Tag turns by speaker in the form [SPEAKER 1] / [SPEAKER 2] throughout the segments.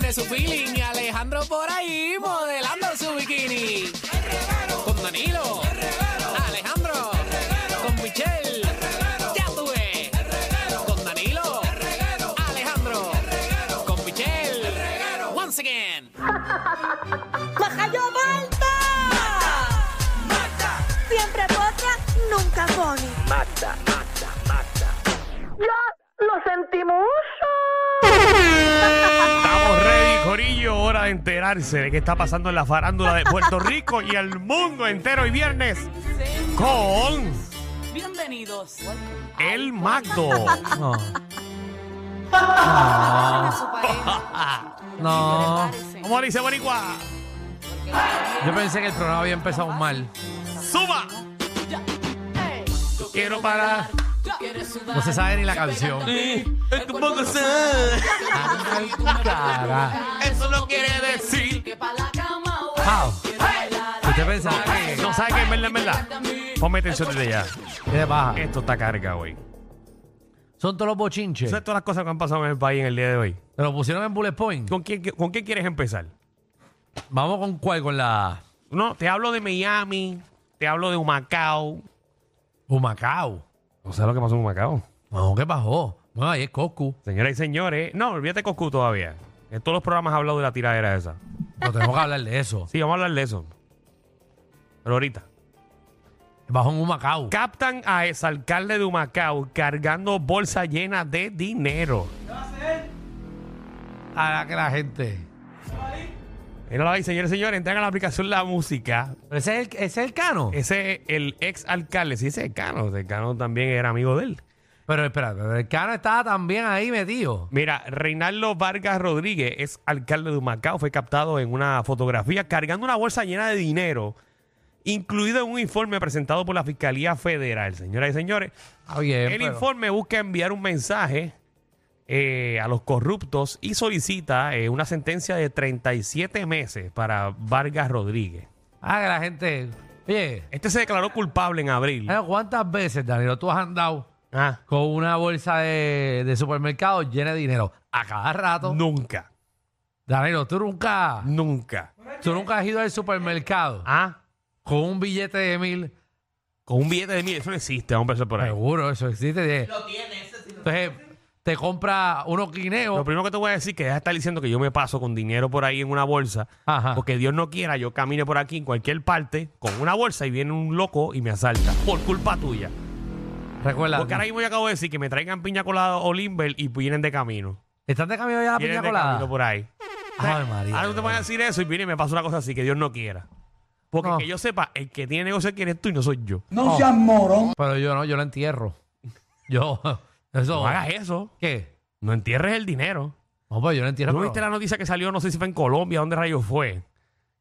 [SPEAKER 1] de su feeling. Y Alejandro por ahí modelando su bikini. Con Danilo. Alejandro. Con Michelle. Ya tuve. Con Danilo. Alejandro. Con Michelle. Once again.
[SPEAKER 2] ¡Majayo Malta! Siempre potra, nunca pony.
[SPEAKER 3] Estamos ready, Corillo. Hora de enterarse de qué está pasando en la farándula de Puerto Rico y el mundo entero. Y viernes con
[SPEAKER 4] Bienvenidos.
[SPEAKER 3] el Magdo.
[SPEAKER 1] No.
[SPEAKER 4] A su pareja.
[SPEAKER 1] No.
[SPEAKER 4] Prepárese.
[SPEAKER 3] ¿Cómo dice Boricua?
[SPEAKER 1] Yo pensé que el programa había empezado mal.
[SPEAKER 3] ¡Suba! Quiero parar.
[SPEAKER 1] No se sabe ni la canción. Cara.
[SPEAKER 3] Eso no quiere decir.
[SPEAKER 1] Pau. ¿Usted pensaba que
[SPEAKER 3] Eh, No sabe qué es verdad, en verdad. Ponme atención desde ya.
[SPEAKER 1] ¿Qué le pasa?
[SPEAKER 3] Esto está carga, güey.
[SPEAKER 1] Son todos los bochinches.
[SPEAKER 3] ¿Sabes todas las cosas que han pasado en el país en el día de hoy?
[SPEAKER 1] Te lo pusieron en bullet point.
[SPEAKER 3] ¿Con quién, con quién quieres empezar?
[SPEAKER 1] Vamos con cuál, con la
[SPEAKER 3] No, te hablo de Miami, te hablo de Humacao.
[SPEAKER 1] Humacao.
[SPEAKER 3] No sé lo que pasó en Humacao.
[SPEAKER 1] Vamos, ¿qué pasó? Bueno, ahí es Coscu.
[SPEAKER 3] Señoras y señores, no, olvídate Coscu todavía. En todos los programas he hablado de la tiradera esa.
[SPEAKER 1] No tenemos que hablar de eso.
[SPEAKER 3] Sí, vamos a hablar de eso. Pero ahorita.
[SPEAKER 1] Bajo en Humacao.
[SPEAKER 3] Captan a exalcalde de Humacao cargando bolsa llena de dinero.
[SPEAKER 1] Ahora que la gente.
[SPEAKER 3] Míralo ahí, señores y señores, entran a la aplicación La Música.
[SPEAKER 1] Pero ese es el, ese es el cano.
[SPEAKER 3] Ese es el ex alcalde, sí, ese es Cano. El Cano también era amigo de él.
[SPEAKER 1] Pero espérate, pero el cano estaba también ahí metido.
[SPEAKER 3] Mira, Reinaldo Vargas Rodríguez, es alcalde de Humacao, fue captado en una fotografía cargando una bolsa llena de dinero, incluido un informe presentado por la Fiscalía Federal. Señoras y señores,
[SPEAKER 1] Ah, bien.
[SPEAKER 3] el
[SPEAKER 1] pero-
[SPEAKER 3] informe busca enviar un mensaje eh, a los corruptos y solicita eh, una sentencia de 37 meses para Vargas Rodríguez.
[SPEAKER 1] Ah, que la gente. Oye,
[SPEAKER 3] Este se declaró culpable en abril.
[SPEAKER 1] ¿sabes ¿cuántas veces, Danilo, tú has andado
[SPEAKER 3] Ah,
[SPEAKER 1] con una bolsa de, de supermercado llena de dinero? A cada rato.
[SPEAKER 3] nunca,
[SPEAKER 1] Danilo, tú nunca,
[SPEAKER 3] nunca.
[SPEAKER 1] tú nunca has ido al supermercado
[SPEAKER 3] Ah,
[SPEAKER 1] con un billete de mil.
[SPEAKER 3] con un billete de mil, eso no existe, vamos a empezar por ahí.
[SPEAKER 1] Seguro, eso existe. Lo tiene, Entonces, te compra unos
[SPEAKER 3] Lo
[SPEAKER 1] guineos.
[SPEAKER 3] primero que te voy a decir es que deja de estar diciendo que yo me paso con dinero por ahí en una bolsa.
[SPEAKER 1] Ajá.
[SPEAKER 3] Porque Dios no quiera, yo camine por aquí en cualquier parte con una bolsa y viene un loco y me asalta. Por culpa tuya.
[SPEAKER 1] Recuerda.
[SPEAKER 3] Porque ahora mismo yo acabo de decir que me traigan piña colada o Limber y vienen de camino.
[SPEAKER 1] ¿Están de camino ya la
[SPEAKER 3] Vienen
[SPEAKER 1] Ah, piña
[SPEAKER 3] de
[SPEAKER 1] colada?
[SPEAKER 3] camino por ahí.
[SPEAKER 1] Ay, María.
[SPEAKER 3] ahora tú te van a decir eso y viene y me pasa una cosa así que Dios no quiera. Porque
[SPEAKER 1] No.
[SPEAKER 3] que yo sepa, el que tiene negocio quieres tú y no soy yo. No,
[SPEAKER 1] Oh.
[SPEAKER 5] No seas
[SPEAKER 3] Ah.
[SPEAKER 5] morón.
[SPEAKER 1] Pero yo no, yo lo entierro. Yo, eso.
[SPEAKER 3] hagas eso.
[SPEAKER 1] ¿Qué?
[SPEAKER 3] No entierres el dinero.
[SPEAKER 1] No, pero yo lo entierro.
[SPEAKER 3] ¿No
[SPEAKER 1] pero-
[SPEAKER 3] viste la noticia que salió, no sé si fue en Colombia, dónde rayos fue?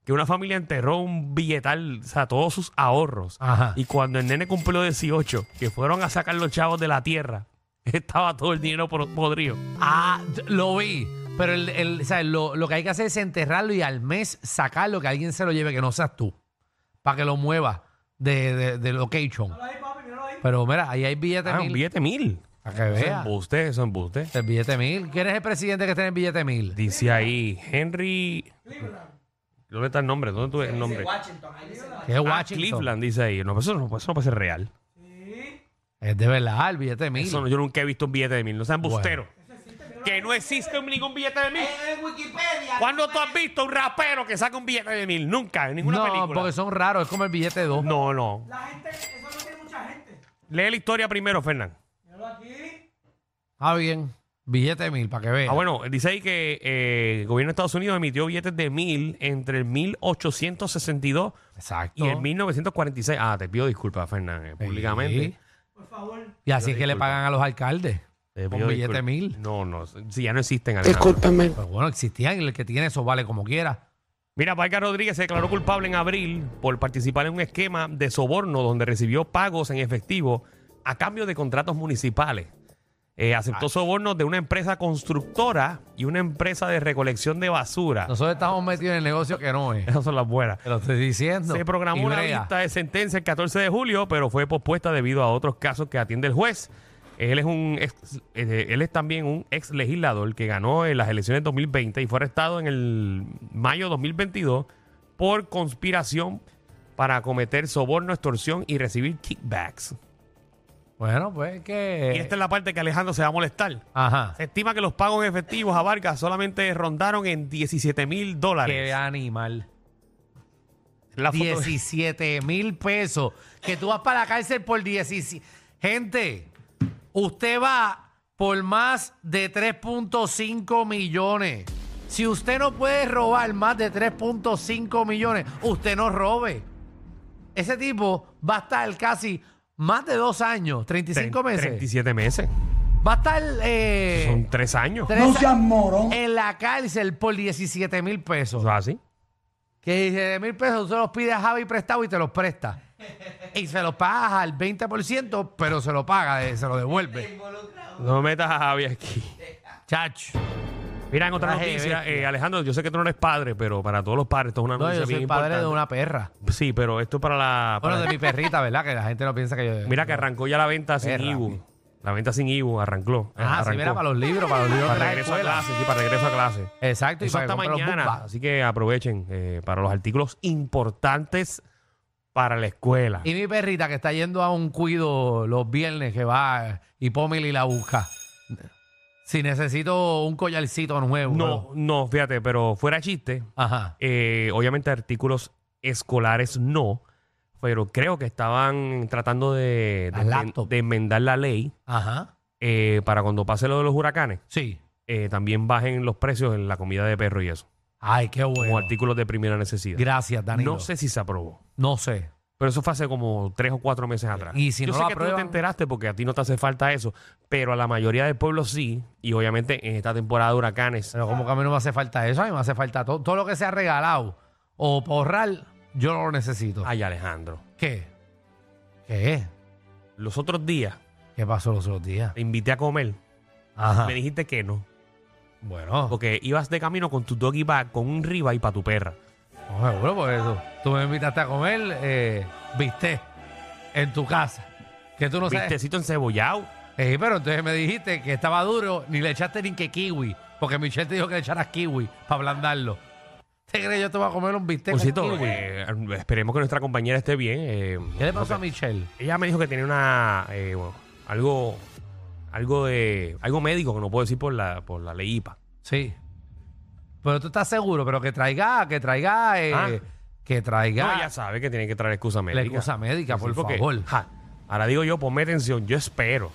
[SPEAKER 3] Que una familia enterró un billetal, o sea, todos sus ahorros.
[SPEAKER 1] Ajá.
[SPEAKER 3] Y cuando el nene cumplió 18, que fueron a sacar los chavos de la tierra, estaba todo el dinero por- podrido.
[SPEAKER 1] Ah, t- lo vi. Pero el, el- o sea, lo, lo que hay que hacer es enterrarlo y al mes sacarlo, que alguien se lo lleve, que no seas tú. Para que lo mueva de, de, de location. Pero mira, ahí hay billete
[SPEAKER 3] Ah, un
[SPEAKER 1] mil.
[SPEAKER 3] billete mil.
[SPEAKER 1] Para que
[SPEAKER 3] Eso es
[SPEAKER 1] veas.
[SPEAKER 3] embuste, eso es embuste.
[SPEAKER 1] El billete mil. ¿Quién es el presidente que tiene el billete mil?
[SPEAKER 3] Dice ahí, Henry... ¿Dónde está el nombre? ¿Dónde tú ves el nombre?
[SPEAKER 1] Que es
[SPEAKER 3] Ah,
[SPEAKER 1] Washington.
[SPEAKER 3] Cleveland, dice ahí. No, eso no, eso no puede ser real.
[SPEAKER 1] Es de verdad, el billete mil.
[SPEAKER 3] Eso no, yo nunca he visto un billete de mil. No seas embustero. Que no existe ningún billete de mil.
[SPEAKER 5] En Wikipedia.
[SPEAKER 3] ¿Cuándo tú has visto un rapero que saca un billete de mil? Nunca, en ninguna
[SPEAKER 1] No,
[SPEAKER 3] película.
[SPEAKER 1] porque son raros. Es como el billete dos.
[SPEAKER 3] No, no.
[SPEAKER 5] La gente, eso no tiene mucha gente.
[SPEAKER 3] Lee la historia primero, Fernán.
[SPEAKER 5] Míralo aquí.
[SPEAKER 1] Ah, bien. Billete mil, para que veas.
[SPEAKER 3] Ah, bueno, dice ahí que eh, el gobierno de Estados Unidos emitió billetes de mil entre el 1862
[SPEAKER 1] Exacto.
[SPEAKER 3] y el 1946. Ah, te pido disculpas, Fernán, eh,
[SPEAKER 1] Sí.
[SPEAKER 3] públicamente.
[SPEAKER 5] Por favor.
[SPEAKER 1] Y así es que le
[SPEAKER 3] Disculpa.
[SPEAKER 1] pagan a los alcaldes.
[SPEAKER 3] Te
[SPEAKER 1] Con
[SPEAKER 3] pido
[SPEAKER 1] billete
[SPEAKER 3] disculpas.
[SPEAKER 1] mil.
[SPEAKER 3] No, no, si ya no existen. Alejandro.
[SPEAKER 6] Discúlpeme.
[SPEAKER 1] Pero Pues bueno, existían. y El que tiene eso vale como quiera.
[SPEAKER 3] Mira, Vargas Rodríguez se declaró culpable en abril por participar en un esquema de soborno donde recibió pagos en efectivo a cambio de contratos municipales. Eh, aceptó sobornos de una empresa constructora y una empresa de recolección de basura.
[SPEAKER 1] Nosotros estamos metidos en el negocio que no es.
[SPEAKER 3] Esas son las buenas.
[SPEAKER 1] Te lo estoy diciendo.
[SPEAKER 3] Se programó una
[SPEAKER 1] Ibrea.
[SPEAKER 3] vista de sentencia el 14 de julio, pero fue pospuesta debido a otros casos que atiende el juez. Él es un ex- eh, él es también un ex legislador que ganó en las elecciones 2020 y fue arrestado en el mayo 2022 por conspiración para cometer soborno, extorsión y recibir kickbacks.
[SPEAKER 1] Bueno, pues que.
[SPEAKER 3] Y este esta es la parte que Alejandro se va a molestar.
[SPEAKER 1] Ajá.
[SPEAKER 3] Se estima que los pagos en efectivos a Vargas solamente rondaron en 17 mil
[SPEAKER 1] Qué
[SPEAKER 3] dólares.
[SPEAKER 1] animal.
[SPEAKER 3] La foto-
[SPEAKER 1] 17 mil pesos. Que tú vas para la cárcel por 17. Gente, usted va por más de 3.5 millones. Si usted no puede robar más de 3.5 millones, usted no robe. Ese tipo va a estar casi más de dos años, 35 meses.
[SPEAKER 3] 37 meses.
[SPEAKER 1] Va a estar. eh,
[SPEAKER 3] Son tres años.
[SPEAKER 1] tres a- En la cárcel por 17 mil pesos.
[SPEAKER 3] Eso es así.
[SPEAKER 1] Que 17 mil pesos tú se los pides a Javi prestado y te los presta. Y se los pagas al 20%, pero se lo paga, eh, se lo devuelve.
[SPEAKER 3] No metas a Javi aquí.
[SPEAKER 1] Chacho.
[SPEAKER 3] Mira, en otra
[SPEAKER 1] Traje
[SPEAKER 3] noticia,
[SPEAKER 1] bestia.
[SPEAKER 3] eh, Alejandro, yo sé que tú no eres padre, pero para todos los padres esto es una
[SPEAKER 1] No,
[SPEAKER 3] noticia
[SPEAKER 1] yo soy
[SPEAKER 3] bien
[SPEAKER 1] padre de
[SPEAKER 3] importante.
[SPEAKER 1] una perra.
[SPEAKER 3] Sí, pero esto es para la... para-
[SPEAKER 1] Bueno, de mi perrita, ¿verdad? Que la gente no piensa que yo.
[SPEAKER 3] Mira que arrancó ya la venta sin
[SPEAKER 1] Perra,
[SPEAKER 3] Ibu.
[SPEAKER 1] mi.
[SPEAKER 3] La venta sin Ibu arrancó. eh,
[SPEAKER 1] Ah, sí,
[SPEAKER 3] arrancó.
[SPEAKER 1] mira, para los libros, para los libros. de
[SPEAKER 3] Para
[SPEAKER 1] la
[SPEAKER 3] regreso a
[SPEAKER 1] escuela.
[SPEAKER 3] clase, sí, para regreso a clase.
[SPEAKER 1] Exacto,
[SPEAKER 3] Eso
[SPEAKER 1] y
[SPEAKER 3] hasta
[SPEAKER 1] para que compre los
[SPEAKER 3] mañana.
[SPEAKER 1] book bags.
[SPEAKER 3] Así que aprovechen eh, para los artículos importantes para la escuela.
[SPEAKER 1] Y mi perrita que está yendo a un cuido los viernes que va y Pomil y la busca. Si necesito un collarcito nuevo.
[SPEAKER 3] No, no, fíjate, pero fuera de chiste,
[SPEAKER 1] Ajá.
[SPEAKER 3] eh, obviamente artículos escolares no, pero creo que estaban tratando de, de,
[SPEAKER 1] Las laptops.
[SPEAKER 3] de enmendar la ley
[SPEAKER 1] Ajá.
[SPEAKER 3] eh, para cuando pase lo de los huracanes,
[SPEAKER 1] Sí.
[SPEAKER 3] eh, también bajen los precios en la comida de perro y eso,
[SPEAKER 1] Ay, qué
[SPEAKER 3] como
[SPEAKER 1] bueno.
[SPEAKER 3] artículos de primera necesidad.
[SPEAKER 1] Gracias, Danilo.
[SPEAKER 3] No sé si se aprobó.
[SPEAKER 1] No sé.
[SPEAKER 3] Pero eso fue hace como tres o cuatro meses atrás.
[SPEAKER 1] Y si
[SPEAKER 3] Yo
[SPEAKER 1] no
[SPEAKER 3] sé
[SPEAKER 1] lo
[SPEAKER 3] que tú no te
[SPEAKER 1] aprueban-
[SPEAKER 3] enteraste porque a ti no te hace falta eso, pero a la mayoría del pueblo sí. Y obviamente en esta temporada de huracanes,
[SPEAKER 1] Pero como que a mí no me hace falta eso, a mí me hace falta todo, todo lo que sea regalado o porral, yo no lo necesito.
[SPEAKER 3] ay Alejandro,
[SPEAKER 1] ¿Qué? ¿Qué?
[SPEAKER 3] los otros días
[SPEAKER 1] ¿Qué pasó los otros días?
[SPEAKER 3] te invité a comer,
[SPEAKER 1] Ajá.
[SPEAKER 3] me dijiste que no,
[SPEAKER 1] Bueno,
[SPEAKER 3] porque ibas de camino con tu doggy bag, con un riba y para tu perra.
[SPEAKER 1] no, seguro por eso. Tú me invitaste a comer, eh, viste, en tu casa. Que tú no sabes.
[SPEAKER 3] Vistecito encebollado.
[SPEAKER 1] Eh, pero entonces me dijiste que estaba duro, ni le echaste ni que kiwi, porque Michelle te dijo que le echaras kiwi para ablandarlo. ¿Te crees que yo te voy a comer un bistec?
[SPEAKER 3] Por
[SPEAKER 1] con
[SPEAKER 3] cierto,
[SPEAKER 1] kiwi?
[SPEAKER 3] eh, esperemos que nuestra compañera esté bien. eh,
[SPEAKER 1] ¿Qué le pasó a Michelle?
[SPEAKER 3] Ella me dijo que tenía una eh, bueno, algo algo de algo médico que no puedo decir por la por la ley IPA.
[SPEAKER 1] Sí. Pero tú estás seguro, pero que traiga, que traiga, eh,
[SPEAKER 3] Ah.
[SPEAKER 1] que traiga
[SPEAKER 3] No, ella sabe que tiene que traer excusa médica.
[SPEAKER 1] la excusa médica,
[SPEAKER 3] Sí,
[SPEAKER 1] por
[SPEAKER 3] porque,
[SPEAKER 1] favor.
[SPEAKER 3] ja, ahora digo yo, ponme atención, yo espero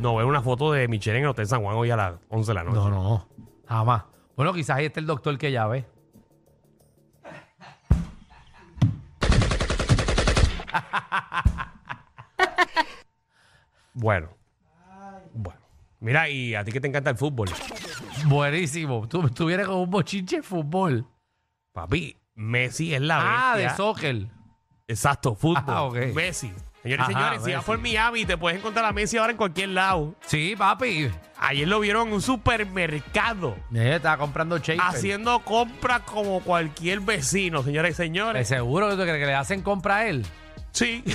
[SPEAKER 3] no ver una foto de Michelle en el Hotel San Juan hoy a las 11 de la noche.
[SPEAKER 1] No, no, jamás. Bueno, quizás ahí está el doctor que ya ve.
[SPEAKER 3] Bueno. Bueno. Mira, y a ti que te encanta el fútbol.
[SPEAKER 1] Buenísimo. Tú, tú vienes con un bochinche de fútbol.
[SPEAKER 3] Papi, Messi es la
[SPEAKER 1] Ah, de
[SPEAKER 3] bestia.
[SPEAKER 1] soccer.
[SPEAKER 3] Exacto, fútbol.
[SPEAKER 1] Ah, ok.
[SPEAKER 3] Messi. Señores y
[SPEAKER 1] Ajá,
[SPEAKER 3] señores, si vas
[SPEAKER 1] Messi.
[SPEAKER 3] por Miami, te puedes encontrar a Messi ahora en cualquier lado.
[SPEAKER 1] Sí, papi.
[SPEAKER 3] Ayer lo vieron en un supermercado
[SPEAKER 1] Eh, estaba comprando shaker.
[SPEAKER 3] haciendo compras como cualquier vecino, señoras y
[SPEAKER 1] ¿De
[SPEAKER 3] señores.
[SPEAKER 1] seguro que tú crees que le hacen compra a él?
[SPEAKER 3] Sí. sí.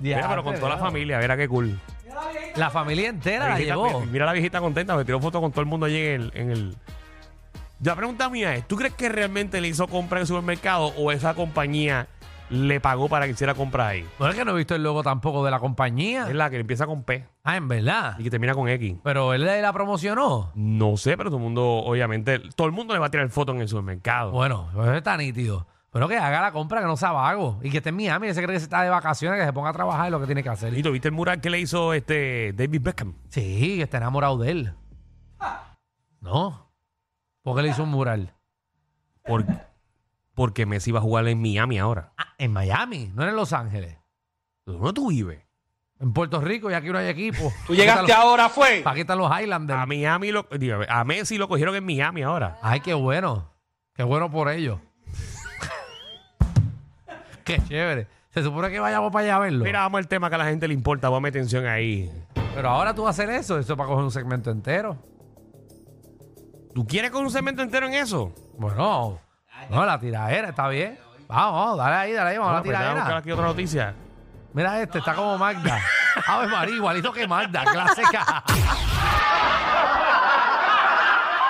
[SPEAKER 3] Mira,
[SPEAKER 1] Ya,
[SPEAKER 3] pero con toda la
[SPEAKER 1] ¿verdad?
[SPEAKER 3] familia, mira qué cool.
[SPEAKER 5] Mira la viejita.
[SPEAKER 1] La familia entera la,
[SPEAKER 3] viejita-
[SPEAKER 1] llevó.
[SPEAKER 3] mira la viejita contenta, me tiró foto con todo el mundo allí en el, en el- La pregunta mía es, ¿tú crees que realmente le hizo compra en el supermercado o esa compañía le pagó para que hiciera compra ahí?
[SPEAKER 1] Bueno, es que no he visto el logo tampoco de la compañía.
[SPEAKER 3] Es la que empieza con P
[SPEAKER 1] Ah, en verdad.
[SPEAKER 3] y que termina con X.
[SPEAKER 1] Pero él la promocionó.
[SPEAKER 3] No sé, pero todo el mundo, obviamente, todo el mundo le va a tirar foto en el supermercado.
[SPEAKER 1] Bueno, eso está nítido. Pero que haga la compra, que no sea vago. Y que esté en Miami, que se cree que se está de vacaciones, que se ponga a trabajar lo que tiene que hacer.
[SPEAKER 3] ¿Y tú viste el mural que le hizo este David Beckham?
[SPEAKER 1] Sí, que está enamorado de él. ¿No? ¿Por qué le hizo un mural?
[SPEAKER 3] Por- porque Messi va a jugar en Miami ahora.
[SPEAKER 1] Ah, en Miami, no en Los Ángeles.
[SPEAKER 3] ¿Dónde tú vives?
[SPEAKER 1] En Puerto Rico, y aquí no hay equipo.
[SPEAKER 7] Tú llegaste ahora, fue.
[SPEAKER 1] Aquí están los Highlanders.
[SPEAKER 3] A Miami lo, digo, a Messi lo cogieron en Miami ahora.
[SPEAKER 1] Ay, qué bueno. Qué bueno por ellos. qué chévere. Se supone que vayamos para allá a verlo.
[SPEAKER 3] Mira, vamos al tema que a la gente le importa. Ponme atención ahí.
[SPEAKER 1] Pero ahora tú vas a hacer eso. Eso es para coger un segmento entero.
[SPEAKER 3] ¿Tú quieres con un segmento entero en eso?
[SPEAKER 1] Bueno, no, la tiradera está bien.
[SPEAKER 3] Ah, pues,
[SPEAKER 1] Vamos, vamos, dale ahí, dale ahí, vamos a la
[SPEAKER 3] Bueno, pues, déjame buscar
[SPEAKER 1] tiradera.
[SPEAKER 3] aquí otra noticia.
[SPEAKER 1] Mira este, está como Magda. Ave María, igualito que Magda, clase K.